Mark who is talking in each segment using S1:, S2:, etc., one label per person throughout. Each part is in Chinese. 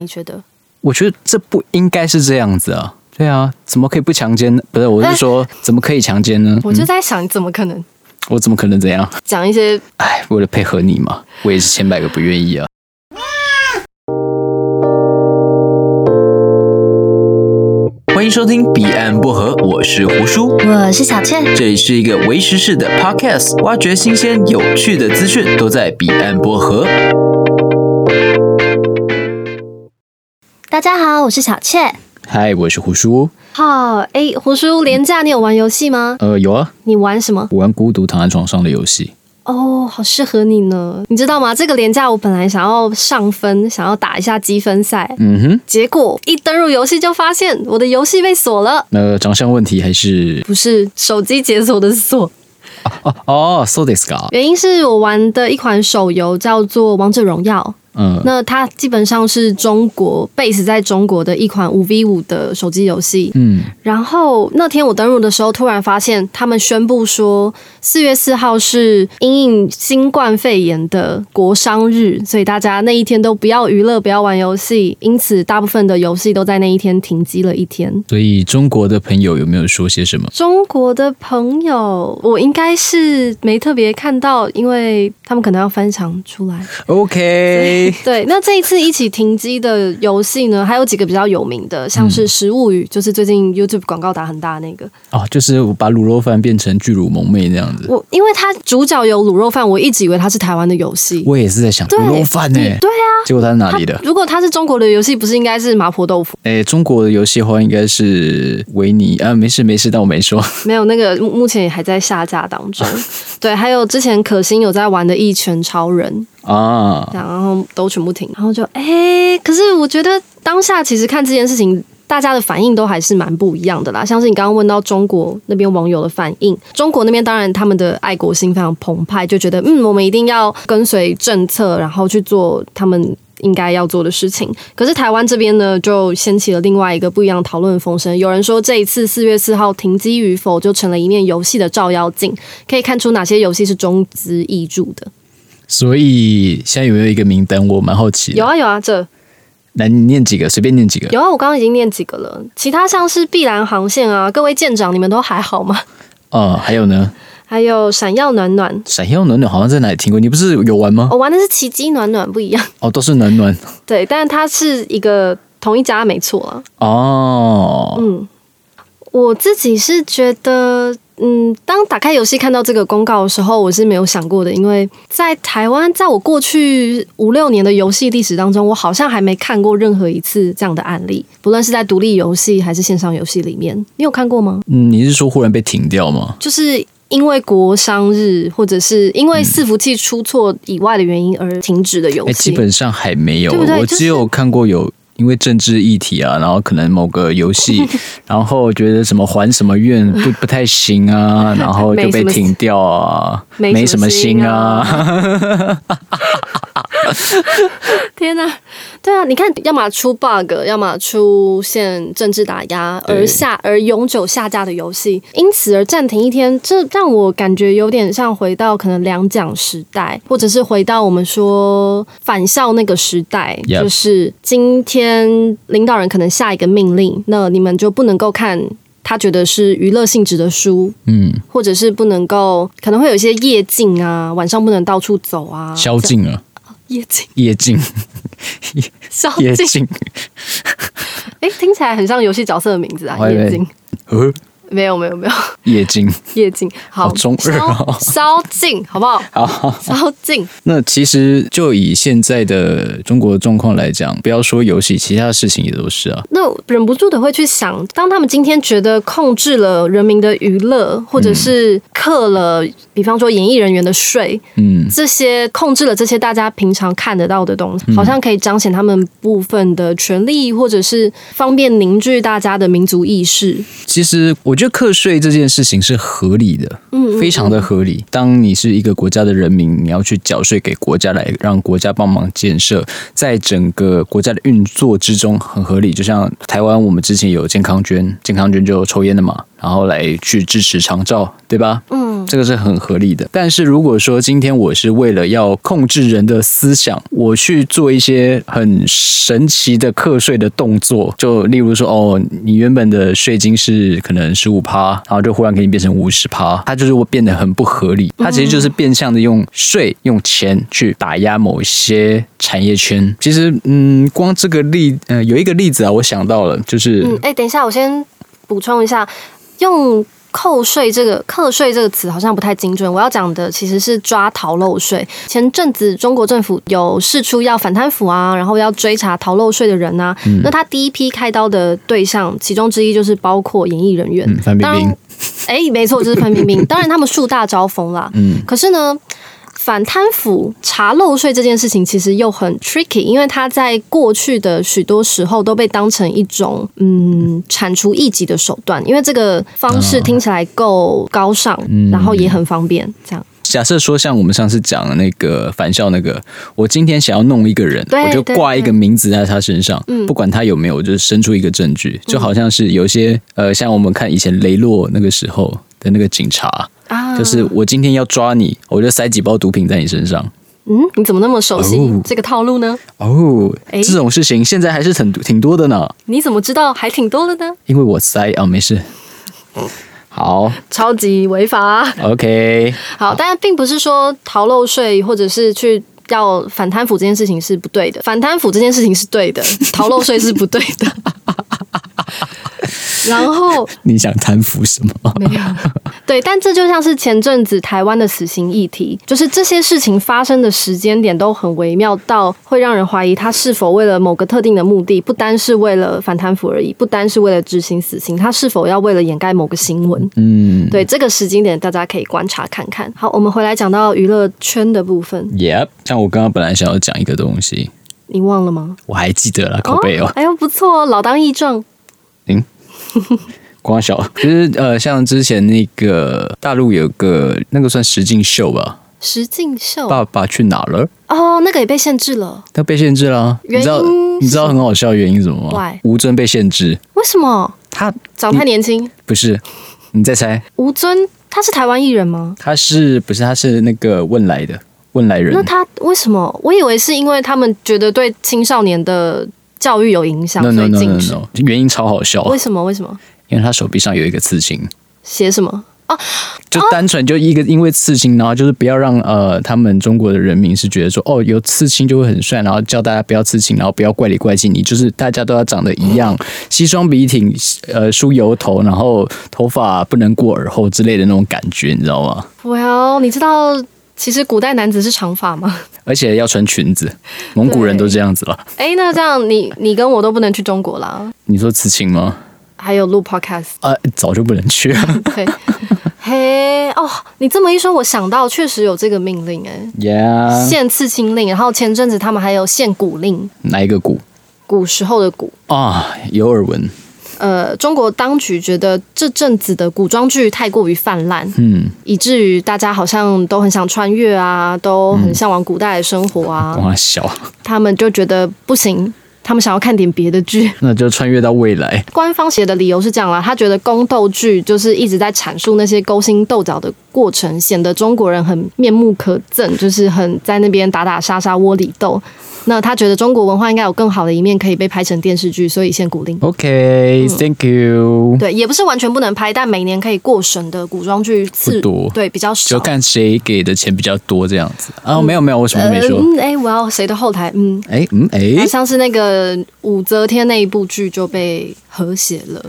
S1: 你觉
S2: 嗯
S1: 得？
S3: 我觉得这不应该是这样子啊。对啊，怎么可以不强奸呢？不是，我是说，怎么可以强奸呢？嗯
S1: 我就在想，怎么可能
S3: 我怎么可能怎样？
S1: 讲一些
S3: 哎，为了配合你嘛，我也是千百个不愿意啊。
S4: 欢迎收听《彼岸薄荷》，我是胡叔，
S2: 我是小倩，
S4: 这里是一个为时事的 podcast，挖掘新鲜有趣的资讯，都在《彼岸薄荷》。
S2: 大家好，我是小倩。
S3: 嗨，我是胡叔。
S1: 好哎，胡叔廉价，你有玩游戏吗？
S3: 呃，有啊，
S1: 你玩什么？
S3: 我玩孤独躺在床上的游戏。
S1: 哦，好适合你呢。你知道吗？这个廉价我本来想要上分，想要打一下积分赛，
S3: 嗯哼，
S1: 结果一登入游戏就发现我的游戏被锁了，
S3: 呃，长相问题还是
S1: 不是手机解锁的锁。
S3: 哦哦，so this guy，
S1: 原因是我玩的一款手游叫做《王者荣耀》，
S3: 嗯
S1: 那它基本上是中国 base 在中国的一款五 v 五的手机游戏。
S3: 嗯，
S1: 然后那天我登入的时候，突然发现他们宣布说，四月四号是因应新冠肺炎的国商日，所以大家那一天都不要娱乐，不要玩游戏，因此大部分的游戏都在那一天停机了一天。
S3: 所以中国的朋友有没有说些什么？
S1: 中国的朋友，我应该是没特别看到，因为他们可能要分享出来。
S3: OK，
S1: 对，那这一次一起停机的游戏呢，还有几个比较有名的，像是《食物语》，就是最近 YouTube 广告打很大的那个。
S3: 哦，就是我把卤肉饭变成巨乳萌妹那样子。
S1: 我因为它主角有卤肉饭，我一直以为它是台湾的游戏。
S3: 我也是在想
S1: 对
S3: 卤肉饭呢、
S1: 对啊，
S3: 结果它是哪里
S1: 它
S3: 的？
S1: 如果它是中国的游戏，不是应该是麻婆豆腐？
S3: 哎，中国的游戏的话应该是维尼啊，没事没事，当我没说。
S1: 没有，那个目目前也还在下架当 中。对，还有之前可心有在玩的《一拳超人》，
S3: 啊，
S1: 然后都全部停，然后就哎、诶可是我觉得当下其实看这件事情。大家的反应都还是蛮不一样的啦，像是你刚刚问到中国那边网友的反应，中国那边当然他们的爱国心非常澎湃，就觉得嗯，我们一定要跟随政策，然后去做他们应该要做的事情。可是台湾这边呢，就掀起了另外一个不一样的讨论风声。有人说这一次四月四号停机与否，就成了一面游戏的照妖镜，可以看出哪些游戏是中资挹注的。
S3: 所以现在有没有一个名单？我蛮好奇的。
S1: 有啊有啊，这
S3: 来，你念几个，随便念几个。
S1: 有啊，我刚刚已经念几个了，其他像是碧蓝航线啊，各位舰长，你们都还好吗？
S3: 哦、还有呢，
S1: 还有闪耀暖暖，
S3: 闪耀暖暖好像在哪里听过，你不是有玩吗？
S1: 我玩的是奇迹暖暖，不一样。
S3: 哦，都是暖暖。
S1: 对，但它是一个同一家，没错啊。
S3: 哦，
S1: 嗯，我自己是觉得，嗯，当打开游戏看到这个公告的时候，我是没有想过的，因为在台湾，在我过去五六年的游戏历史当中，我好像还没看过任何一次这样的案例，不论是在独立游戏还是线上游戏里面，你有看过吗？
S3: 嗯，你是说忽然被停掉吗？
S1: 就是因为国商日，或者是因为伺服器出错以外的原因而停止的游
S3: 哎，
S1: 戏。
S3: 基本上还没有，
S1: 对不对
S3: 我
S1: 就是
S3: 只有看过有。因为政治议题啊，然后可能某个 游戏，然后觉得什么还什么愿不不太 行啊，然后就被
S1: 没什么
S3: 停掉啊，
S1: 没
S3: 没
S1: 什
S3: 什
S1: 么
S3: 么心
S1: 心
S3: 啊，
S1: 天呐，对啊，你看，要么出 bug，要么出现政治打压
S3: 对
S1: 而下而永久下架的游戏，因此而暂停一天，这让我感觉有点像回到可能两蒋时代，或者是回到我们说返校那个时代
S3: Yep
S1: 就是今天领导人可能下一个命令，那你们就不能够看他觉得是娱乐性质的书，
S3: 嗯，
S1: 或者是不能够可能会有一些夜禁啊，晚上不能到处走啊，
S3: 宵禁啊，
S1: 夜禁
S3: 夜 禁，
S1: 哦宵
S3: 夜
S1: 禁。
S3: 禁，
S1: 哎，听起来很像游戏角色的名字啊，
S3: 我以为
S1: 夜镜。
S3: 呃，
S1: 没有没有没有，
S3: 夜禁。
S1: 夜镜好
S3: 好中二哦
S1: 烧烧镜好不好？
S3: 好，
S1: 烧镜
S3: 那其实就以现在的中国状况来讲，不要说游戏，其他的事情也都是啊。
S1: 那我忍不住的会去想，当他们今天觉得控制了人民的娱乐，或者是克了，比方说演艺人员的税，
S3: 嗯，
S1: 这些控制了这些大家平常看得到的东西，好像可以彰显他们部分的权利，或者是方便凝聚大家的民族意识。
S3: 其实我觉得课税这件事情是合理的，
S1: 嗯嗯
S3: 非常的合理。当你是一个国家的人民，你要去缴税给国家来让国家帮忙建设，在整个国家的运作之中很合理。就像台湾，我们之前有健康捐，健康捐就抽烟的嘛，然后来去支持长照，对吧？
S1: 嗯，
S3: 这个是很合理的。但是如果说今天我是为了要控制人的思想，我去做一些很神奇的课税的动作，就例如说，哦，你原本的税金是可能十五趴，然后就忽然给你变成五十趴，它就是会变得很不合理。
S1: 嗯
S3: 它其实就是变相的用税、用钱去打压某些产业圈。其实，嗯，光这个例，呃，有一个例子啊，我想到了，就是
S1: 嗯，哎、等一下，我先补充一下，用扣税这个“课税”这个词好像不太精准。我要讲的其实是抓逃漏税。前阵子中国政府有释出要反贪腐啊，然后要追查逃漏税的人啊。
S3: 嗯
S1: 那他第一批开刀的对象，其中之一就是包括演艺人员。
S3: 嗯范冰
S1: 当
S3: 冰
S1: 然，哎、没错，就是范冰 冰。当然，他们树大招风啦。
S3: 嗯
S1: 可是呢，反贪腐查漏税这件事情其实又很 tricky，因为它在过去的许多时候都被当成一种嗯铲除异己的手段，因为这个方
S3: 啊
S1: 式听起来够高尚，
S3: 嗯
S1: 然后也很方便，这样。
S3: 假设说像我们上次讲的那个返校那个，我今天想要弄一个人，
S1: 对嗯
S3: 我就挂一个名字在他身上，不管他有没有，我就是伸出一个证据，就好像是有些呃，像我们看以前雷洛那个时候的那个警察，
S1: 啊
S3: 就是我今天要抓你，我就塞几包毒品在你身上。
S1: 嗯，你怎么那么熟悉
S3: 哦
S1: 这个套路呢？
S3: 哦，
S1: 诶
S3: 这种事情现在还是很挺多的呢，
S1: 你怎么知道还挺多的呢？
S3: 因为我塞啊、没事。好
S1: 超级违法。啊
S3: ，OK，
S1: 好，但并不是说逃漏税或者是去要反贪腐这件事情是不对的，反贪腐这件事情是对的，逃漏税是不对的。然后
S3: 你想贪腐什么？
S1: 没有对，但这就像是前阵子台湾的死刑议题，就是这些事情发生的时间点都很微妙，到会让人怀疑他是否为了某个特定的目的，不单是为了反贪腐而已，不单是为了执行死刑，他是否要为了掩盖某个新闻？
S3: 嗯
S1: 对这个时间点，大家可以观察看看。好，我们回来讲到娱乐圈的部分，
S3: ，Yep，像我刚刚本来想要讲一个东西，
S1: 你忘了吗？
S3: 我还记得了，口碑哦。
S1: 哎呦，不错哦，老当益壮。
S3: 光小，其实呃，像之前那个大陆有个那个算实境秀吧，
S1: 石敬秀
S3: 《爸爸去哪儿了》，
S1: 哦，那个也被限制了，
S3: 它被限制啦。你
S1: 原因
S3: 知道
S1: 是
S3: 你知道很好笑的原因是什么吗
S1: Why？？
S3: 吴尊被限制，
S1: 为什么？
S3: 他
S1: 长太年轻，
S3: 不是，你再猜，
S1: 吴尊他是台湾艺人吗？
S3: 他是不是他是那个汶莱的汶莱人
S1: 那？他为什么？我以为是因为他们觉得对青少年的教育有影响
S3: no
S1: 所
S3: no
S1: 以
S3: no no
S1: 禁止。
S3: no，原因超好笑，啊
S1: 为什么？为什么？
S3: 因为他手臂上有一个刺青，
S1: 写什么？
S3: 就单纯就一个因为刺青，然后就是不要让呃他们中国的人民是觉得说哦有刺青就会很帅，然后叫大家不要刺青，然后不要怪里怪气，你就是大家都要长得一样，西装笔挺，呃梳油头，然后头发不能过耳后之类的那种感觉，你知道吗？
S1: well,，你知道其实古代男子是长发吗？
S3: 而且要穿裙子，蒙古人都这样子了。
S1: 哎，那这样你你跟我都不能去中国啦，
S3: 你说刺青吗？
S1: 还有录 podcast。
S3: 呃，早就不能去了。
S1: 对， 嘿，哦，你这么一说，我想到确实有这个命令，哎，
S3: yeah，
S1: 限刺青令，然后前阵子他们还有限古令，
S3: 哪一个鼓
S1: 古时候的古。
S3: 啊？有耳闻。
S1: 呃，中国当局觉得这阵子的古装剧太过于泛滥，
S3: 嗯，
S1: 以至于大家好像都很想穿越啊，都很向往古代的生活啊，
S3: 哇小，
S1: 他们就觉得不行，他们想要看点别的剧。
S3: 那就穿越到未来。
S1: 官方写的理由是这样啦，他觉得宫斗剧就是一直在阐述那些勾心斗角的过程，显得中国人很面目可憎，就是很在那边打打杀杀、窝里斗。那他觉得中国文化应该有更好的一面可以被拍成电视剧，所以先鼓励。
S3: OK，Thank、you。
S1: 对，也不是完全不能拍，但每年可以过审的古装剧次
S3: 不多
S1: 对比较少。
S3: 就看谁给的钱比较多这样子。啊，没有没有，我什么都没说。
S1: 嗯，哎、我要谁的后台？嗯，
S3: 哎、嗯哎、
S1: 像是那个武则天那一部剧就被和谐了，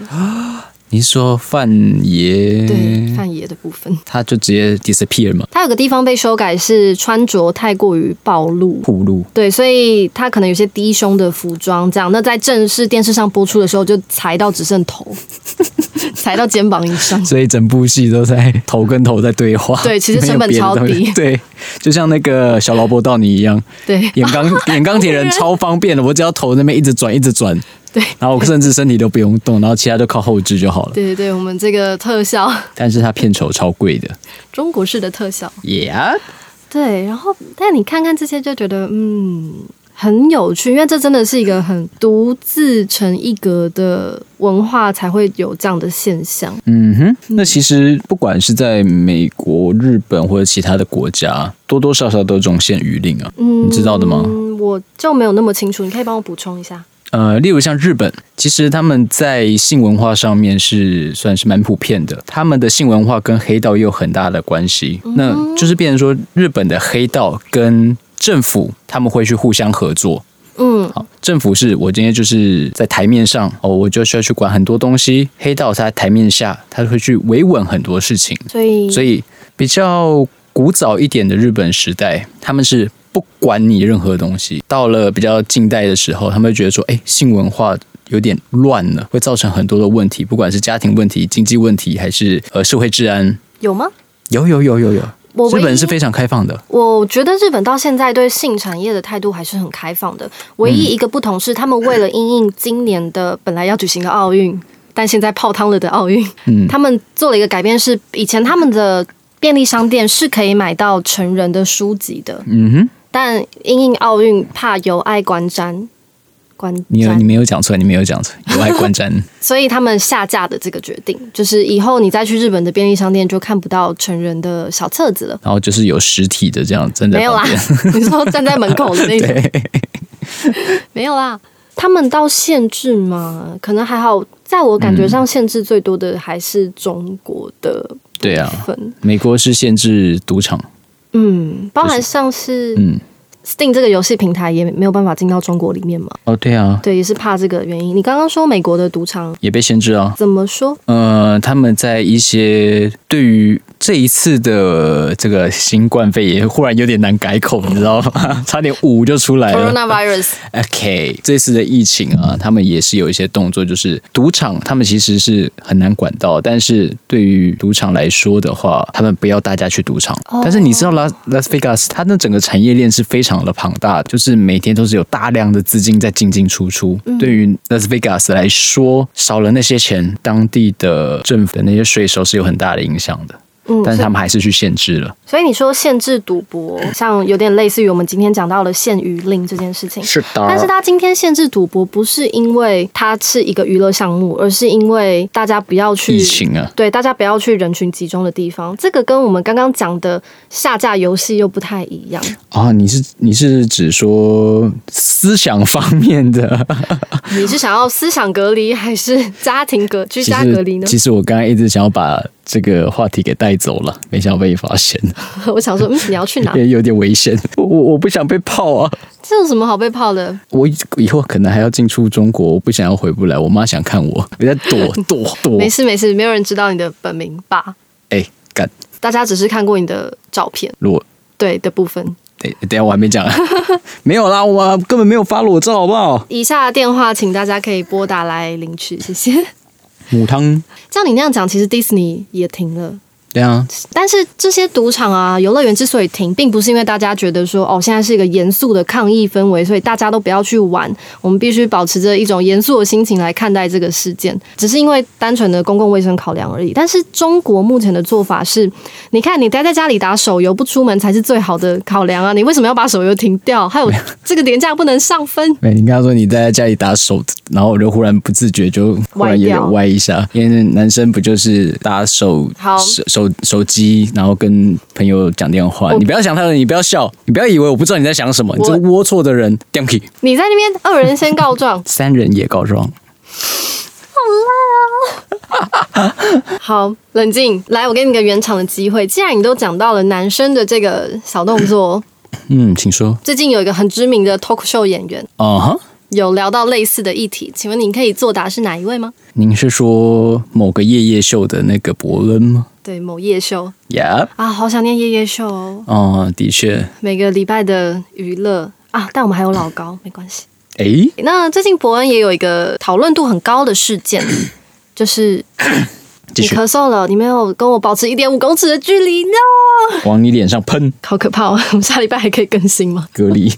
S3: 你是说范爷
S1: 对范爷的部分。
S3: 他就直接 disappear 嘛？
S1: 它有个地方被修改是穿着太过于暴露，
S3: 铺路
S1: 对，所以它可能有些低胸的服装这样。那在正式电视上播出的时候，就裁到只剩头， 裁到肩膀以 上。
S3: 所以整部戏都在头跟头在对 话。
S1: 对其实成本
S3: 没有别的
S1: 超低
S3: 东西对，就像那个小萝卜到你一样，
S1: 对
S3: 演钢演钢铁人超方便的，我只要头那边一直转一直转，
S1: 对
S3: 然后我甚至身体都不用动，然后其他都靠后置就好了。
S1: 对对对，我们这个特效，
S3: 但是他片酬超贵的
S1: 中国式的特效。
S3: ，Yeah，
S1: 对，然后但你看看这些就觉得，嗯，很有趣，因为这真的是一个很独自成一格的文化才会有这样的现象。
S3: 嗯哼，那其实不管是在美国、日本或者其他的国家，多多少少都有这种限娱令啊。
S1: 嗯，
S3: 你知道的吗
S1: 嗯，我就没有那么清楚，你可以帮我补充一下。
S3: 呃，例如像日本，其实他们在性文化上面是算是蛮普遍的，他们的性文化跟黑道也有很大的关系，那就是变成说日本的黑道跟政府他们会去互相合作。
S1: 嗯
S3: 好，政府是我今天就是在台面上哦，我就需要去管很多东西，黑道他在台面下他会去维稳很多事情，
S1: 所以
S3: 所以比较古早一点的日本时代，他们是不管你任何东西。到了比较近代的时候，他们会觉得说，哎，性文化。有点乱了，会造成很多的问题，不管是家庭问题、经济问题，还是呃社会治安。
S1: 有吗？
S3: 有有有有有，
S1: 我
S3: 日
S1: 唯一
S3: 本人是非常开放的。
S1: 我觉得日本到现在对性产业的态度还是很开放的，唯
S3: 嗯
S1: 一一个不同是，他们为了因应今年的本来要举行的奥运，但现在泡汤了的奥运，
S3: 嗯
S1: 他们做了一个改变是，以前他们的便利商店是可以买到成人的书籍的，
S3: 嗯哼，
S1: 但因应奥运怕有碍观瞻，观
S3: 你有
S1: 瞻
S3: 你没有讲错，你没有讲错，有爱 观瞻。
S1: 所以他们下架的这个决定，就是以后你再去日本的便利商店就看不到成人的小册子了。
S3: 然后就是有实体的这样，真的
S1: 没有啊啦， 你说站在门口的那种，
S3: 对，
S1: 没有啦。他们到限制嘛，可能还好，在我感觉上限制最多的还是中国的
S3: 对啊
S1: 部分，
S3: 美国是限制赌场，
S1: 嗯，包含像是
S3: 嗯，
S1: Steam 这个游戏平台也没有办法进到中国里面嘛，
S3: 哦，对啊，
S1: 对，也是怕这个原因。你刚刚说美国的赌场
S3: 也被限制啊。
S1: 怎么说？
S3: 呃，他们在一些对于这一次的这个新冠肺炎，忽然有点难改口，你知道吗？ 差点五就出来了。
S1: Coronavirus，
S3: OK，这次的疫情啊，他们也是有一些动作，就是赌场，他们其实是很难管到，但是对于赌场来说的话，他们不要大家去赌场。
S1: 哦
S3: 但是你知道拉拉斯维加斯，它那整个产业链是非常的庞大的，就是每天都是有大量的资金在进进出出。
S1: 嗯
S3: 对于拉斯维加斯来说，少了那些钱，当地的政府的那些税收是有很大的影响的，
S1: 嗯，
S3: 但是他们还是去限制了。
S1: 所以你说限制赌博，像有点类似于我们今天讲到了限娱令这件事情。
S3: 是的，
S1: 但是他今天限制赌博，不是因为它是一个娱乐项目，而是因为大家不要去
S3: 疫情啊，
S1: 对，大家不要去人群集中的地方。这个跟我们刚刚讲的下架游戏又不太一 样。
S3: 啊，你是你是指说思想方面的
S1: 你是想要思想隔离，还是家庭隔居
S3: 其
S1: 家
S3: 实
S1: 隔离呢？
S3: 其实我刚刚一直想要把这个话题给带走了，没想到被你发现，
S1: 我想说，嗯，你要去 哪？
S3: 也有点危险。我我我不想被泡啊！
S1: 这有什么好被泡的？
S3: 我以以后可能还要进出中国，我不想要回不来。我妈想看我，我在躲 躲躲
S1: 没。事没事，没有人知道你的本名吧？
S3: 哎，干！
S1: 大家只是看过你的照片，
S3: 如果
S1: 对的部分。
S3: 等等一下我还没讲，啊 没有啦，我根本没有发裸照，好不好？
S1: 以下电话，请大家可以拨打来领取，谢谢。
S3: 母汤，
S1: 像你那样讲，其实 Disney 也停了，
S3: 对啊，
S1: 但是这些赌场啊、游乐园之所以停，并不是因为大家觉得说哦，现在是一个严肃的抗议氛围，所以大家都不要去玩。我们必须保持着一种严肃的心情来看待这个事件，只是因为单纯的公共卫生考量而已。但是中国目前的做法是，你看你待在家里打手游不出门才是最好的考量啊，你为什么要把手游停掉？还有 这个廉价不能上分。
S3: 对，哎你跟他说你待在家里打手，然后我就忽然不自觉就忽然
S1: 歪掉
S3: 有点歪一下，因为男生不就是打手
S1: 好
S3: 手手手机，然后跟朋友讲电话。
S1: 我
S3: 你不要想太多，你不要笑，你不要以为我不知道你在想什么，你这
S1: 我
S3: 龌龊的人 d a m
S1: 你在那边恶人先告状，
S3: 三人也告状。
S1: 好，冷静，来，我给你个圆场的机会。既然你都讲到了男生的这个小动作，
S3: 嗯，请说。
S1: 最近有一个很知名的 talk show 演员
S3: 啊哈，
S1: 有聊到类似的议题，请问您可以作答是哪一位吗？
S3: 您是说某个夜夜秀的那个伯恩吗
S1: 对，某夜秀
S3: ？Yeah，
S1: 啊，好想念夜夜秀哦，
S3: 哦，的确。
S1: 每个礼拜的娱乐啊，但我们还有老高， 没关系。
S3: 诶，
S1: 那最近伯恩也有一个讨论度很高的事 件，就是
S3: 继
S1: 你
S3: 续
S1: 咳嗽了，你没有跟我保持一点五公尺的距离，no，
S3: 往你脸上喷
S1: 好可怕哦！我们下礼拜还可以更新吗？
S3: 隔 离。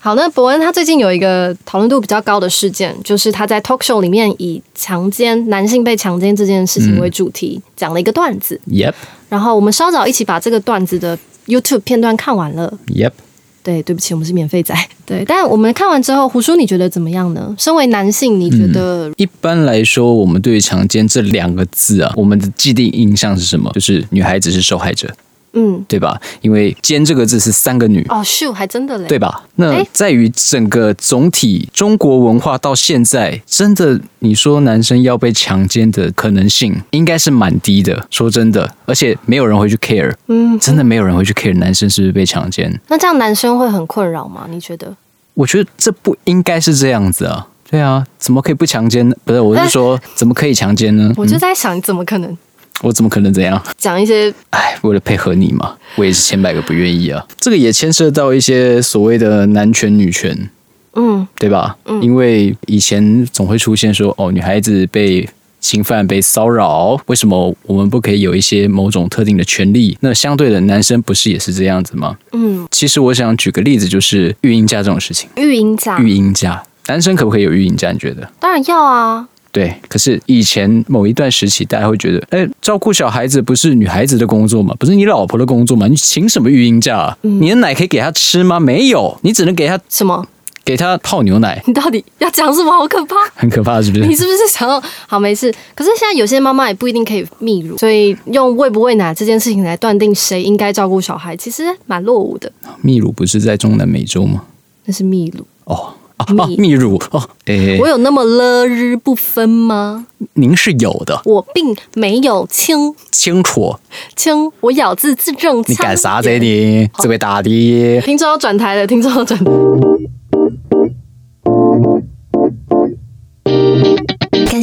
S1: 好，那伯恩他最近有一个讨论度比较高的事件，就是他在 talk show 里面以强奸男性被强奸这件事情为主题，讲了一个段子。
S3: Yep，Yep
S1: 然后我们稍早一起把这个段子的 YouTube 片段看完了。。对，对不起，我们是免费仔。对，但我们看完之后，胡叔你觉得怎么样呢？身为男性，你觉得
S3: 一般来说，我们对于强奸这两个字啊，我们的既定印象是什么？就是女孩子是受害者，
S1: 嗯，
S3: 对吧？因为“奸”这个字是三个女，
S1: 哦，秀还真的嘞，
S3: 对吧？那
S1: 哎
S3: 在于整个总体中国文化到现在，真的你说男生要被强奸的可能性应该是蛮低的，说真的，而且没有人会去 care，
S1: 嗯，
S3: 真的没有人会去 care 男生是不是被强奸。
S1: 那这样男生会很困扰吗？你觉得？
S3: 我觉得这不应该是这样子啊。对啊，怎么可以不强奸呢？不是，我是说，怎么可以强奸呢？
S1: 哎
S3: 嗯
S1: 我就在想，你怎么可能
S3: 我怎么可能怎样？
S1: 讲一些
S3: 哎，为了配合你嘛，我也是千百个不愿意啊。这个也牵涉到一些所谓的男权女权，
S1: 嗯
S3: 对吧？因为以前总会出现说，哦，女孩子被侵犯、被骚扰，为什么我们不可以有一些某种特定的权利？那相对的，男生不是也是这样子吗？
S1: 嗯
S3: 其实我想举个例子，就是育婴假这种事情，
S1: 育婴假，
S3: 育婴假，男生可不可以有育婴假？你觉得？
S1: 当然要啊，
S3: 对，可是以前某一段时期，大家会觉得，哎，照顾小孩子不是女孩子的工作吗？不是你老婆的工作吗？你请什么育婴假、啊？
S1: 嗯
S3: 你的奶可以给她吃吗？没有，你只能给她
S1: 什么？
S3: 给她泡牛奶，
S1: 你到底要讲什么？好可怕！
S3: 很可怕，是不
S1: 你
S3: 是？
S1: 是不是想要好没事？可是现在有些妈妈也不一定可以泌乳，所以用喂不喂奶这件事情来断定谁应该照顾小孩，其实蛮落伍的。
S3: 秘鲁不是在中南美洲吗？
S1: 那是泌乳，
S3: 哦。啊
S1: 秘
S3: 啊，秘乳哦，诶，
S1: 我有那么了日不分吗？
S3: 您是有的，
S1: 我并没有轻
S3: 清楚，
S1: 轻，我咬字字正腔
S3: 你
S1: 圆。
S3: 干啥子你？
S1: 哦
S3: 这位大爹，
S1: 听众要转台了，听众要转台。
S2: 感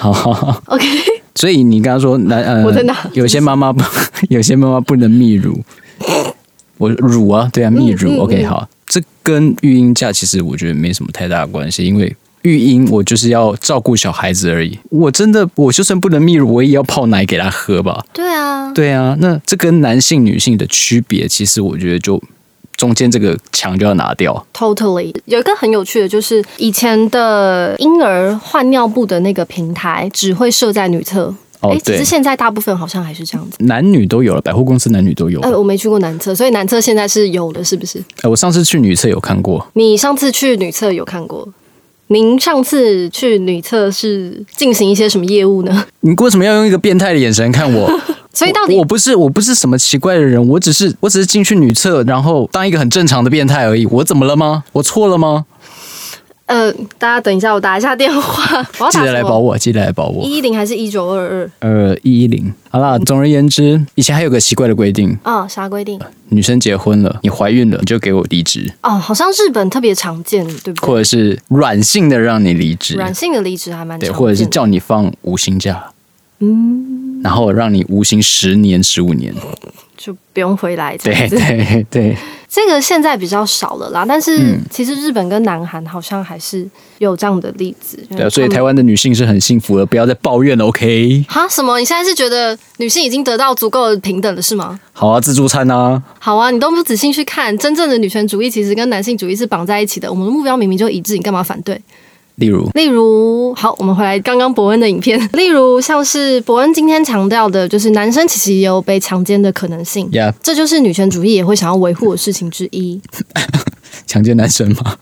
S3: 好好好，
S1: OK，
S3: 所以你刚刚说男呃，
S1: 我在哪
S3: 有些妈妈不， 有些妈妈不能泌乳，我乳啊，对啊，泌乳。
S1: 嗯嗯
S3: OK，
S1: 嗯
S3: 好，这跟育婴假其实我觉得没什么太大的关系，因为。育婴，我就是要照顾小孩子而已。我真的，我就算不能泌乳，我也要泡奶给他喝吧。
S1: 对啊，
S3: 对啊，那这跟男性、女性的区别，其实我觉得就中间这个墙就要拿掉。
S1: Totally，有一个很有趣的，就是以前的婴儿换尿布的那个平台只会设在女厕，
S3: 哦
S1: 诶只
S3: 对
S1: 是哎现在大部分好像还是这样子。
S3: 男女都有了，百货公司男女都有了。
S1: 呃，我没去过男厕，所以男厕现在是有的，是不是？
S3: 哎我上次去女厕有看过，
S1: 你上次去女厕有看过？您上次去女厕是进行一些什么业务呢？
S3: 你为什么要用一个变态的眼神看我？
S1: 所哎以到
S3: 我
S1: 底
S3: 我不是我不是什么奇怪的人，我只是我只是进去女厕，然后当一个很正常的变态而已。我怎么了吗？我错了吗？
S1: 呃，大家等一下，我打一下电话， 我要
S3: 记
S1: 打
S3: 得来
S1: 什
S3: 保
S1: 么？
S3: 我，记得来保我。
S1: 一零还是一九二二？
S3: 呃，一一零。好啦，总而言之，以前还有个奇怪的规定，
S1: 啊，啥规定？
S3: 女生结婚了，你怀孕了，你就给我离职，
S1: 哦，好像日本特别常见，对不
S3: 或
S1: 对？
S3: 者是软性的让你离职，
S1: 软性的离职还蛮常
S3: 对，
S1: 见的，
S3: 或者是叫你放无薪假，嗯，然后让你无薪十年、十五年，
S1: 就不用回来这
S3: 对
S1: 样子。
S3: 对对。
S1: 这个现在比较少了啦，但是
S3: 嗯
S1: 其实日本跟南韩好像还是有这样的例子。
S3: 对啊，所以
S1: 他
S3: 台
S1: 们
S3: 湾的女性是很幸福的，不要再抱怨了，OK？
S1: 哈什么？你现在是觉得女性已经得到足够的平等了是吗？
S3: 好啊，自助餐啊，
S1: 好啊，你都不仔细去看，真正的女权主义其实跟男性主义是绑在一起的。我们的目标明明就一致，你干嘛反对？
S3: 例如
S1: 例如，好，我们回来刚刚伯恩的影片， 例如像是伯恩今天强调的，就是男生其实也有被强奸的可能性。
S3: 呀，
S1: 这就是女权主义也会想要维护的事情之一。
S3: 强奸男生 嘛，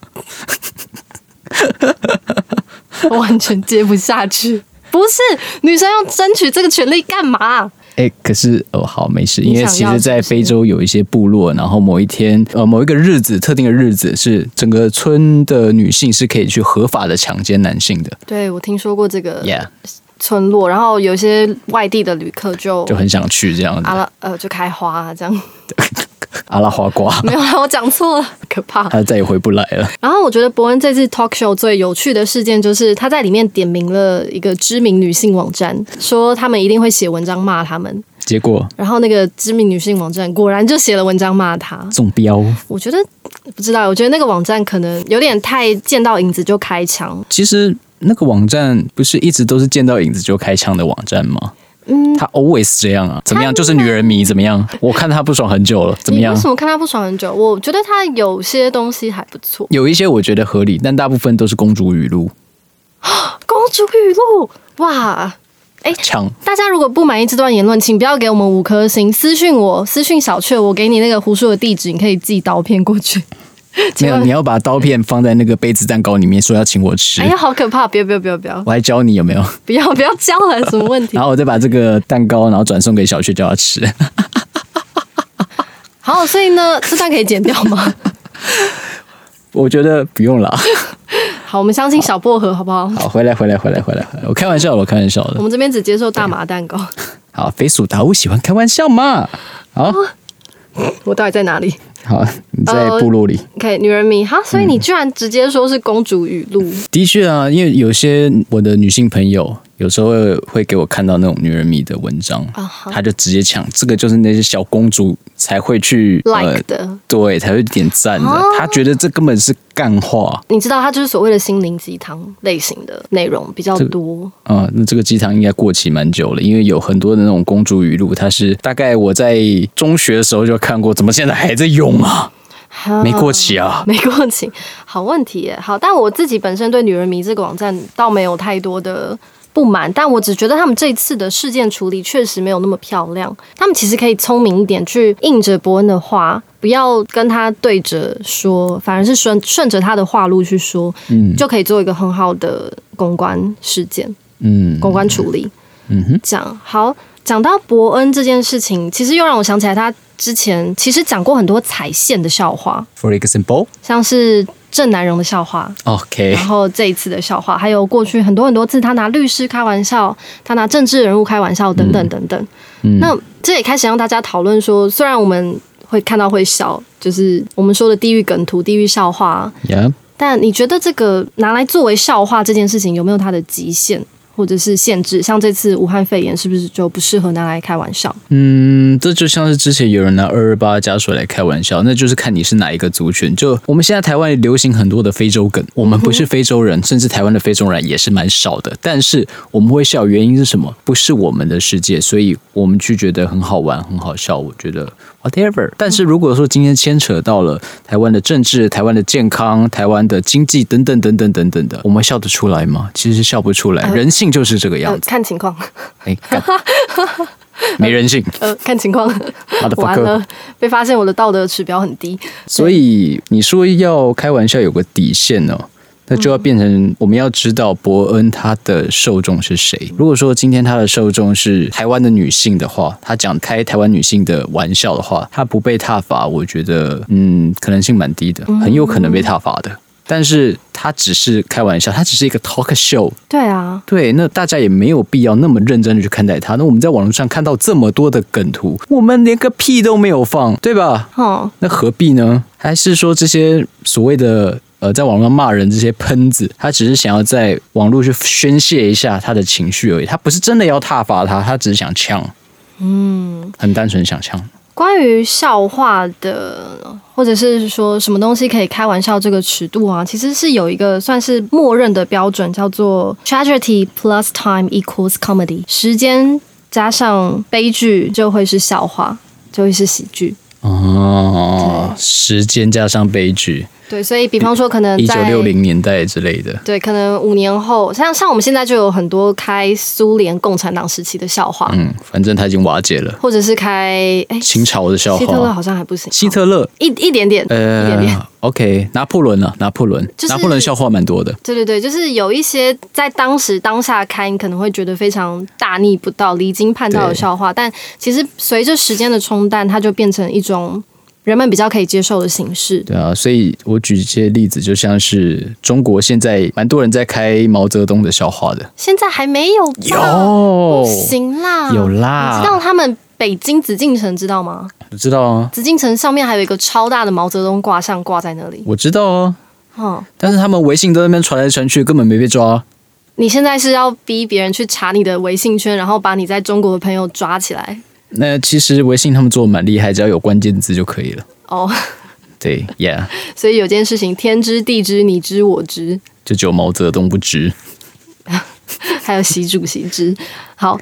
S1: 我完全接不下去。不是女生要争取这个权利干嘛？
S3: 哎、可是哦，好，没事，因为
S1: 你
S3: 其
S1: 想要
S3: 实，
S1: 是
S3: 在
S1: 不是
S3: 非洲有一些部落，然后某一天，呃，某一个日子，特定的日子，是整个村的女性是可以去合法的强奸男性的
S1: 对我听说过这个
S3: ，Yeah，
S1: 村落，然后有些外地的旅客就
S3: 就很想去这样子
S1: 啊啊。了呃就开花、这样。
S3: 阿拉花瓜，
S1: 没有啦，我讲错了， 可怕。
S3: 他再也回不来了。
S1: 然后我觉得伯恩这次 talk show 最有趣的事件就是他在里面点名了一个知名女性网站，说他们一定会写文章骂他们。
S3: 结果
S1: 然后那个知名女性网站果然就写了文章骂他。
S3: 中标。
S1: 我觉得不知道，我觉得那个网站可能有点太见到影子就开枪。
S3: 其实那个网站不是一直都是见到影子就开枪的网站吗？
S1: 嗯，
S3: 他 always 这样啊？怎么样？
S1: 他
S3: 就是女人迷怎么样？我看他不爽很久了，怎么
S1: 你
S3: 样
S1: 为？什么看他不爽很久？我觉得他有些东西还不错，
S3: 有一些我觉得合理，但大部分都是公主语录，
S1: 《公主语录》哇。哎
S3: 呛
S1: 大家如果不满意这段言论，请不要给我们五颗星，私信我，私信小雀，我给你那个胡说的地址，你可以寄刀片过 去。
S3: 没
S1: 请
S3: 有，
S1: 问
S3: 你要把刀片放在那个杯子蛋糕里面，说要请我吃
S1: 哎，呀，好可怕！不要不要不要不要
S3: 我还教你有没有？
S1: 不要不要交了，什么问题
S3: 然？后我再把这个蛋糕，然后转送给小雀叫他吃。
S1: 好，所以呢，这段可以剪掉 吗？
S3: 我觉得不用 啦。
S1: 好，我们相信小薄荷，好不好？
S3: 好，回来，回来，回来，回来，回来。我开玩笑的，我开玩笑
S1: 我
S3: 的。
S1: 们这边只接受大麻蛋糕。
S3: 好，飞鼠达乌喜欢开玩笑嘛？好，
S1: 我到底在哪里
S3: 好，你在
S1: 呃
S3: 部落里。
S1: ？OK，女人迷哈，所以你居然直接说是公主语 录，
S3: 的确啊，因为有些我的女性朋友有时候会会给我看到那种女人迷的文章，
S1: 啊哈
S3: 她就直接抢，这个就是那些小公主才会去呃
S1: like 的。啊
S3: 对，才会点赞的。她觉得这根本是干话。
S1: 你知道，它就是所谓的心灵鸡汤类型的内容比较
S3: 这个
S1: 多。
S3: 啊、那这个鸡汤应该过期蛮久了，因为有很多的那种公主语录，它是大概我在中学的时候就看过，怎么现在还在用啊？
S1: 嗯
S3: 没过期 啊？
S1: 没过期，好问题耶。好，但我自己本身对女人迷这个网站倒没有太多的不满，但我只觉得他们这一次的事件处理确实没有那么漂亮。他们其实可以聪明一点，去应着伯恩的话，不要跟他对着说，反而是顺顺着他的话路去说，
S3: 嗯
S1: 就可以做一个很好的公关事件、
S3: 嗯，
S1: 公关处理。
S3: 嗯哼，
S1: 这样好，讲到伯恩这件事情，其实又让我想起来他之前其实讲过很多踩线的笑话。
S3: For example,
S1: 像是郑南荣的笑话，
S3: OK，
S1: 然后这一次的笑话，还有过去很多很多次他拿律师开玩笑，他拿政治人物开玩笑，等等等等。
S3: 嗯
S1: 那这也开始让大家讨论说，虽然我们会看到会笑，就是我们说的地狱梗图、地狱笑话，
S3: 呀，
S1: 但你觉得这个拿来作为笑话这件事情有没有它的极限？或者是限制，像这次武汉肺炎是不是就不适合拿来开玩笑？
S3: 嗯，这就像是之前有人拿二二八加水来开玩笑，那就是看你是哪一个族群。就我们现在台湾流行很多的非洲梗，我们不是非洲人，甚至台湾的非洲人也是蛮少的，但是我们会笑，原因是什么？不是我们的世界，所以我们去觉得很好玩、很好笑。我觉得 whatever。但是如果说今天牵扯到了台湾的政治、台湾的健康、台湾的经济等等等等等等的，我们笑得出来吗？其实笑不出来，人性就是这个样
S1: 呃，
S3: 子。
S1: 看情况，
S3: 哎，干没人性。
S1: 呃，看情况。
S3: Motherfucker
S1: 完了，被发现我的道德指标很低。
S3: 所以你说要开玩笑有个底线哦，那就要变成我们要知道伯恩他的受众是谁。如果说今天他的受众是台湾的女性的话，他讲开台湾女性的玩笑的话，他不被踏伐，我觉得嗯可能性蛮低的，很有可能被踏伐的。但是他只是开玩笑，他只是一个 talk show，
S1: 对啊，
S3: 对，那大家也没有必要那么认真的去看待它。那我们在网络上看到这么多的梗图，我们连个屁都没有放，对吧？
S1: 哦，
S3: 那何必呢？还是说这些所谓的呃，在网络上骂人这些喷子，他只是想要在网络去宣泄一下他的情绪而已，他不是真的要挞伐他，他只是想呛，嗯，很单纯想呛。
S1: 关于笑话的，或者是说什么东西可以开玩笑这个尺度啊，其实是有一个算是默认的标准，叫做 tragedy plus time equals comedy，时间加上悲剧就会是笑话，就会是喜剧。
S3: 哦，时间加上悲剧，
S1: 对，所以比方说可能
S3: 一九
S1: 在
S3: 六零年代之类的，
S1: 对，可能五年后，像像我们现在就有很多开苏联共产党时期的笑话，
S3: 嗯，反正他已经瓦解了。
S1: 或者是开哎
S3: 清朝的笑
S1: 希特勒
S3: 话
S1: 好，像还不行，哦
S3: 希特勒
S1: 一一点点，一点点。
S3: 呃，OK，拿破仑啊，拿破仑，
S1: 就是
S3: 拿破仑笑话蛮多的。
S1: 对对对，就是有一些在当时当下看，你可能会觉得非常大逆不道、离经叛道的
S3: 对
S1: 笑话，但其实随着时间的冲淡，它就变成一种人们比较可以接受的形式。
S3: 对啊，所以我举一些例子，就像是中国现在蛮多人在开毛泽东的笑话的，哦
S1: 现在还没有吧？
S3: 有
S1: 不行啦，
S3: 有啦
S1: 你知道他们北京紫禁城知道吗？
S3: 我知道啊，
S1: 紫禁城上面还有一个超大的毛泽东卦像挂在那里。
S3: 我知道啊，
S1: 嗯，
S3: 但是他们微信都在那边传来传去，根本没被抓。
S1: 你现在是要逼别人去查你的微信圈，然后把你在中国的朋友抓起来？
S3: 那其实微信他们做的蛮厉害，只要有关键字就可以了。
S1: 哦、
S3: 对，Yeah，
S1: 所以有件事情，天知地知，你知我知。
S3: 就只有毛泽东不知。
S1: 还有习主席之。好，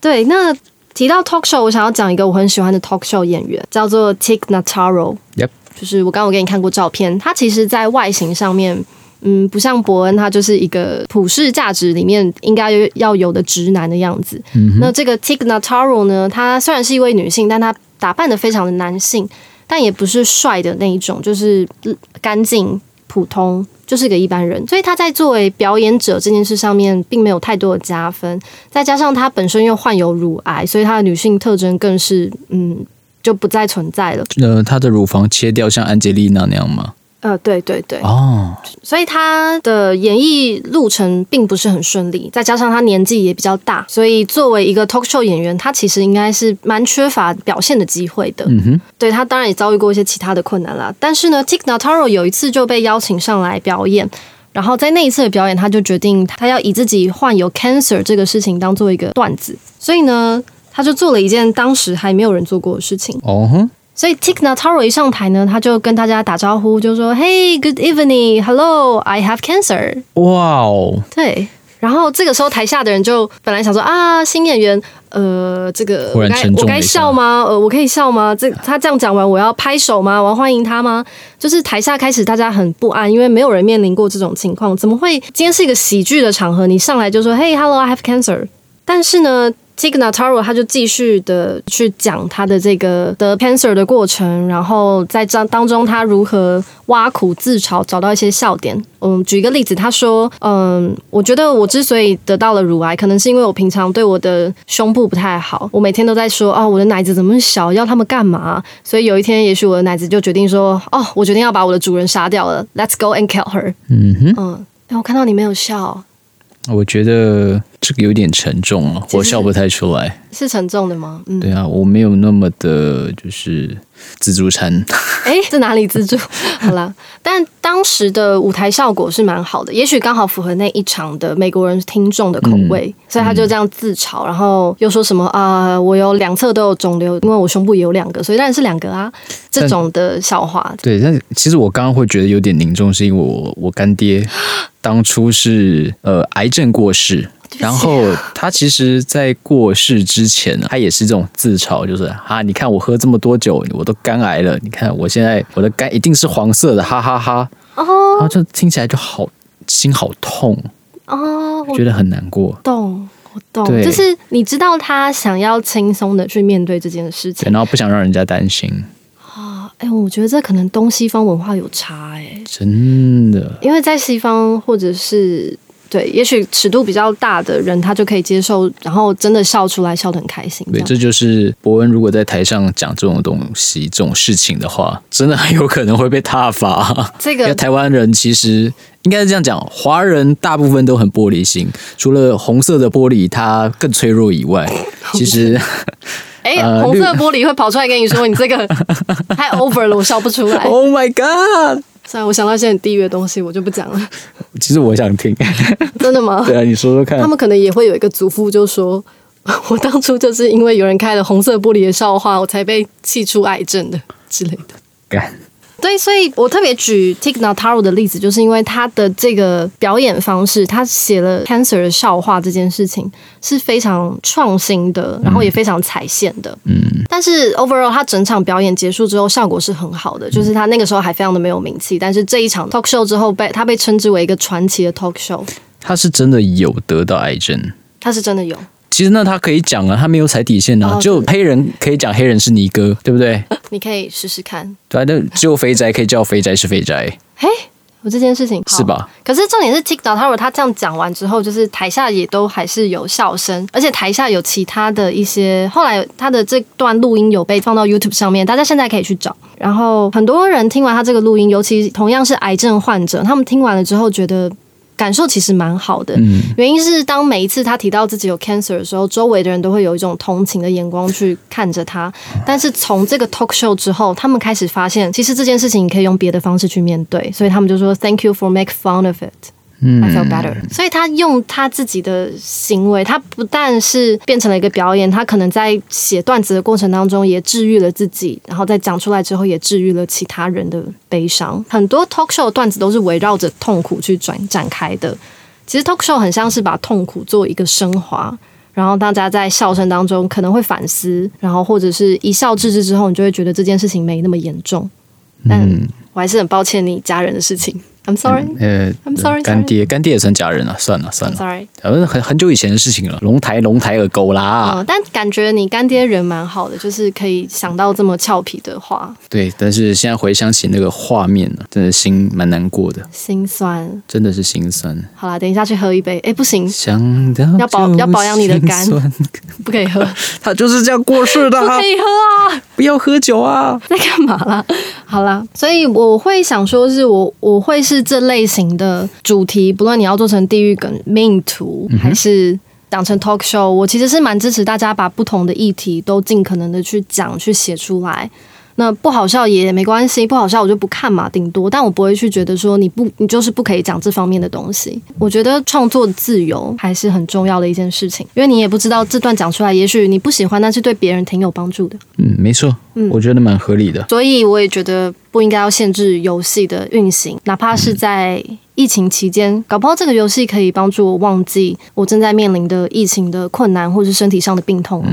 S1: 对，那提到 talk show，我想要讲一个我很喜欢的 talk show 演员，叫做 Tig Notaro。
S3: Yep
S1: 就是我刚刚我给你看过照片，他其实在外形上面，嗯，不像伯恩，他就是一个普世价值里面应该要有的直男的样子。那这个 Tig Notaro 呢，她虽然是一位女性，但她打扮的非常的男性，但也不是帅的那一种，就是嗯干净普通，就是个一般人。所以她在作为表演者这件事上面，并没有太多的加分。再加上她本身又患有乳癌，所以她的女性特征更是嗯就不再存在了。
S3: 呃，他的乳房切掉像安吉丽娜那样吗？
S1: 呃，对对对，
S3: 哦，
S1: 所以她的演艺路程并不是很顺利，再加上她年纪也比较大，所以作为一个 talk show 演员，她其实应该是蛮缺乏表现的机会的。
S3: 嗯哼，
S1: 对他当然也遭遇过一些其他的困难啦。但是呢，Tik Notaro 有一次就被邀请上来表演，然后在那一次的表演，他就决定他要以自己患有 cancer 这个事情当做一个段子，所以呢，他就做了一件当时还没有人做过的事情。
S3: 哦哼，
S1: 所以 Tik Notaro 一上台呢，他就跟大家打招呼，就说：“Hey, good evening, hello, I have cancer。”
S3: 哇哦，
S1: 对。然后这个时候台下的人就本来想说啊，新演员，呃，这个
S3: 忽
S1: 我
S3: 然
S1: 该
S3: 沉重
S1: 我
S3: 了
S1: 该
S3: 一下啊
S1: 笑吗？呃，我可以笑吗？这他这样讲完，我要拍手吗？我要欢迎他吗？就是台下开始大家很不安，因为没有人面临过这种情况，怎么会今天是一个喜剧的场合，你上来就说 Hey, hello, I have cancer？但是呢。t i g n a t a r o 他就继续的去讲他的这个得 cancer 的过程，然后在当当中他如何挖苦自嘲，找到一些笑点。嗯，举一个例子，他说，嗯，我觉得我之所以得到了乳癌，可能是因为我平常对我的胸部不太好，我每天都在说，哦，我的奶子怎么那么小，要他们干嘛？所以有一天，也许我的奶子就决定说，哦，我决定要把我的主人杀掉了，Let's go and kill her。
S3: 嗯哼，
S1: 嗯，哎，我看到你没有笑，
S3: 我觉得这个有点沉重了，
S1: 其实
S3: 我笑不太出来。
S1: 是沉重的吗？嗯，
S3: 对啊，我没有那么的，就是自助餐。
S1: 哎，这哪里自助？好啦，但当时的舞台效果是蛮好的，也许刚好符合那一场的美国人听众的口味，所以他就这样自嘲，然后又说什么啊、我有两侧都有肿瘤，因为我胸部也有两个，所以当然是两个啊，这种的笑话。
S3: 对，但其实我刚刚会觉得有点凝重，是因为我我干爹 当初是呃癌症过世，然后他其实，在过世之前呢，他也是这种自嘲，就是哈，你看我喝这么多酒，我都肝癌了，你看我现在我的肝一定是黄色的，哈哈哈然
S1: 哦
S3: 后就听起来就好心好痛，
S1: 哦，我
S3: 觉得很难过。
S1: 懂，我懂，
S3: 对
S1: 就是你知道他想要轻松的去面对这件事
S3: 对，
S1: 情。
S3: 然后不想让人家担心，
S1: 哎，我觉得这可能东西方文化有差哎、
S3: 真的，
S1: 因为在西方或者是对，也许尺度比较大的人，他就可以接受，然后真的笑出来，笑得很开心。这
S3: 对，
S1: 样
S3: 这就是伯恩如果在台上讲这种东西、这种事情的话，真的很有可能会被踏伐。
S1: 这
S3: 因为
S1: 个
S3: 台湾人其实应该是这样讲，华人大部分都很玻璃心，除了红色的玻璃它更脆弱 以外，其实
S1: 哎、
S3: 呃
S1: 红
S3: 绿
S1: 色玻璃会跑出来跟你说，你这个太 over 了，我笑不出 来。
S3: ，Oh my God，
S1: 算了，我想到一些很地狱的东西，我就不讲 了。
S3: 其实我想 听，
S1: 真的吗？
S3: 对啊，你说说看
S1: 他，们可能也会有一个祖父就说。我当初就是因为有人开了红色玻璃的笑话，我才被气出癌症的之类的。
S3: 干，
S1: 对，所以我特别举 Tik Notaro 的例子，就是因为他的这个表演方式，他写了 cancer 的笑话这件事情是非常创新的，然后也非常踩线的。
S3: 嗯，
S1: 但是 overall，他整场表演结束之后效果是很好的，就是他那个时候还非常的没有名气，但是这一场 talk show 之后被他被称之为一个传奇的 talk show，
S3: 他是真的有得到癌症。
S1: 他是真的有。
S3: 其实那他可以讲啊，他没有踩底线啊，
S1: 哦
S3: 就
S1: 对
S3: 黑人可以讲黑人是尼哥，对不对？
S1: 你可以试试看。
S3: 反正只有肥宅可以叫肥宅是肥宅，
S1: 嘿，我这件事情
S3: 是？吧？
S1: 可是重点是 TikTok 他如果他这样讲完之后，就是台下也都还是有笑声，而且台下有其他的一些，后来他的这段录音有被放到 YouTube 上面，大家现在可以去找。然后很多人听完他这个录音，尤其同样是癌症患者，他们听完了之后觉得。感受其实蛮好的。
S3: 嗯
S1: 原因是当每一次他提到自己有 cancer 的时候，周围的人都会有一种同情的眼光去看着他。但是从这个 talk show 之后，他们开始发现，其实这件事情你可以用别的方式去面对，所以他们就说 Thank you for make fun of it。I feel better。所以他用他自己的行为，他不但是变成了一个表演，他可能在写段子的过程当中也治愈了自己，然后在讲出来之后也治愈了其他人的悲伤。很多 talk show 的段子都是围绕着痛苦去转展开的。其实 talk show 很像是把痛苦做一个升华，然后大家在笑声当中可能会反思，然后或者是一笑置之之后，你就会觉得这件事情没那么严重。但我还是很抱歉你家人的事情，I'm sorry。
S3: 呃
S1: I'm sorry，
S3: 干爹，干爹也算家人了，算了算
S1: I'm
S3: 了，
S1: sorry，
S3: 反正很很久以前的事情了。龙台龙台耳狗啦，
S1: 嗯，但感觉你干爹人蛮好的，就是可以想到这么俏皮的话，
S3: 对，但是现在回想起那个画面呢，真的心蛮难过的，
S1: 心酸。
S3: 真的是心酸。
S1: 好啦，等一下去喝一杯。哎，不行，
S3: 想到
S1: 要保
S3: 就
S1: 要保养你的肝
S3: 心酸，
S1: 不可以喝，
S3: 他就是这样过世的
S1: 不
S3: 啊
S1: 可！以喝啊！
S3: 不要喝酒啊！
S1: 在干嘛啦？ 好啦，所以我会想说，是我我会是这类型的主题，不论你要做成地狱梗、命途，还是讲成 talk show，我其实是蛮支持大家把不同的议题都尽可能的去讲、去写出来。那不好笑也没关系，不好笑我就不看嘛，顶多，但我不会去觉得说你不你就是不可以讲这方面的东西。我觉得创作自由还是很重要的一件事情，因为你也不知道这段讲出来，也许你不喜欢，但是对别人挺有帮助的。
S3: 嗯，没错，我觉得蛮合理的。
S1: 所以我也觉得不应该要限制游戏的运行，哪怕是在疫情期间，搞不好这个游戏可以帮助我忘记我正在面临的疫情的困难，或是身体上的病痛。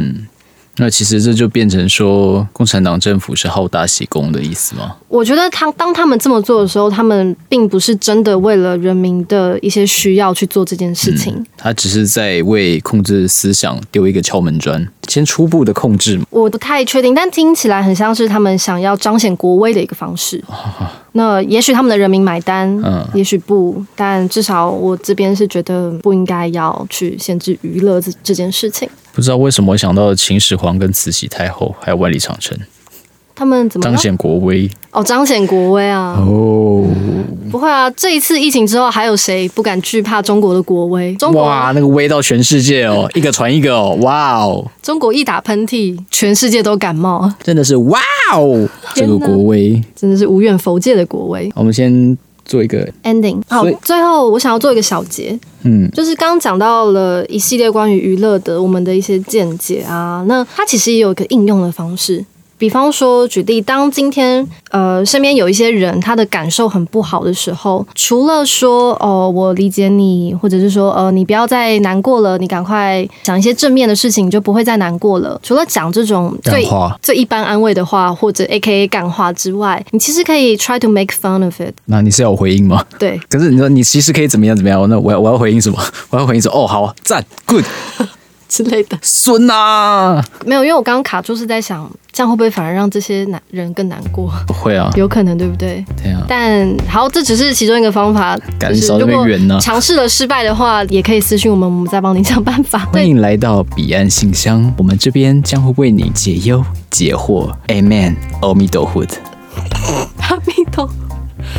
S3: 那其实这就变成说，共产党政府是好大喜功的意思吗？
S1: 我觉得他当他们这么做的时候，他们并不是真的为了人民的一些需要去做这件事情。
S3: 他只是在为控制思想丢一个敲门砖，先初步的控制嘛。
S1: 我不太确定，但听起来很像是他们想要彰显国威的一个方 式。那也许他们的人民买单，
S3: 嗯
S1: 也许不，但至少我这边是觉得不应该要去限制娱乐这这件事情。
S3: 不知道为什么我想到秦始皇跟慈禧太后，还有万里长城，
S1: 他们怎么了
S3: 彰显国威
S1: 哦，彰显国威啊！
S3: 哦。
S1: 不会啊，这一次疫情之后，还有谁不敢惧怕中国的国威？中
S3: 哇，
S1: 国，
S3: 那个威到全世界哦，一个传一个哦，哇哦，
S1: 中国一打喷嚏，全世界都感冒，
S3: 真的是哇哦，这
S1: 天哪
S3: 个国威，
S1: 真的是无远佛界的国威。
S3: 我们先做一个，
S1: ending。好
S3: 所以，
S1: 最后我想要做一个小结，
S3: 嗯，
S1: 就是刚刚讲到了一系列关于娱乐的我们的一些见解啊，那它其实也有一个应用的方式。比方说，举例，当今天呃身边有一些人他的感受很不好的时候，除了说哦我理解你，或者是说呃你不要再难过了，你赶快讲一些正面的事情，你就不会再难过了。除了讲这种最
S3: 干话
S1: 最一般安慰的话，或者 A K A 感话之外，你其实可以 try to make fun of it。
S3: 那你是要我回应吗？
S1: 对，
S3: 可是你说你其实可以怎么样怎么样？那我要我要回应什么？ 我要回应说哦，好，赞，good，
S1: 之类的。
S3: 孙啊呐、
S1: 没有，因为我刚刚卡住是在想，这样会不会反而让这些男人更难过？
S3: 不会啊，
S1: 有可能，对不对？
S3: 对啊，
S1: 但好，这只是其中一个方法。
S3: 感
S1: 就是
S3: 少那
S1: 如
S3: 边
S1: 果
S3: 圆呢
S1: 尝试了失败的话，也可以私信我们，我们再帮你想办法。
S3: 欢
S1: 对，
S3: 迎来到彼岸信箱，我们这边将会为你解忧解惑。Amen，阿弥陀佛。
S1: 阿弥陀。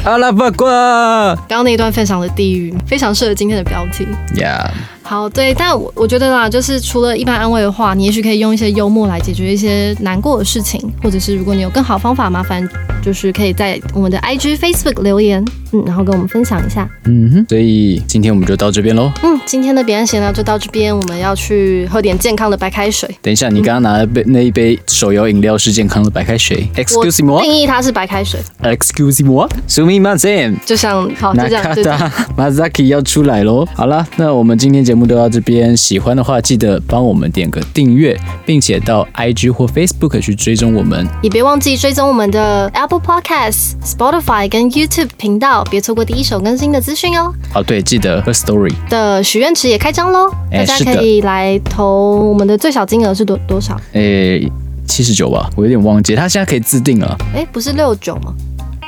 S3: 阿拉巴瓜
S1: 刚刚那一段非常的地狱，非常适合今天的标题。
S3: 呀，
S1: 好，对，但我我觉得啦，就是除了一般安慰的话，你也许可以用一些幽默来解决一些难过的事情，或者是如果你有更好方法，麻烦就是可以在我们的 IG、Facebook 留言，嗯，然后跟我们分享一下。
S3: 嗯哼，所以今天我们就到这边喽。
S1: 嗯，今天的彼岸闲聊就到这边，我们要去喝点健康的白开水。
S3: 等一下，你刚刚拿的杯那一杯手摇饮料是健康的白开水？Excuse
S1: 我
S3: me
S1: 定义它是白开水，
S3: what? Excuse me what? s u m i m a s e n
S1: 就像好哦就
S3: 那
S1: 这样，
S3: 卡
S1: 就这样
S3: 达 Mazaki 要出来喽！好啦，那我们今天节目就到这边，喜欢的话记得帮我们点个订阅，并且到 IG 或 Facebook 去追踪我们。
S1: 也别忘记追踪我们的 Apple Podcast、Spotify 跟 YouTube 频道，别错过第一手更新的资讯哦。
S3: 哦，对，记得 Her Story
S1: 的许愿池也开张喽，
S3: 哎
S1: 大家
S3: 是的
S1: 可以来投，我们的最小金额是多多少？
S3: 诶七十九吧，我有点忘记，它现在可以自定了。
S1: 哎，不是六九吗？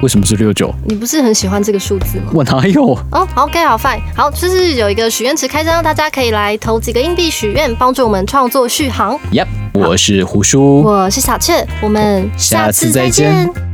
S3: 为什么是六九？
S1: 你不是很喜欢这个数字吗？
S3: 我哪有？
S1: 哦，好，OK，好，fine，好，就是有一个许愿池开张，大家可以来投几个硬币许愿，帮助我们创作续航。
S3: Yep，我是胡叔，
S1: 我是小雀，我们
S3: 下次再见
S1: 下次再见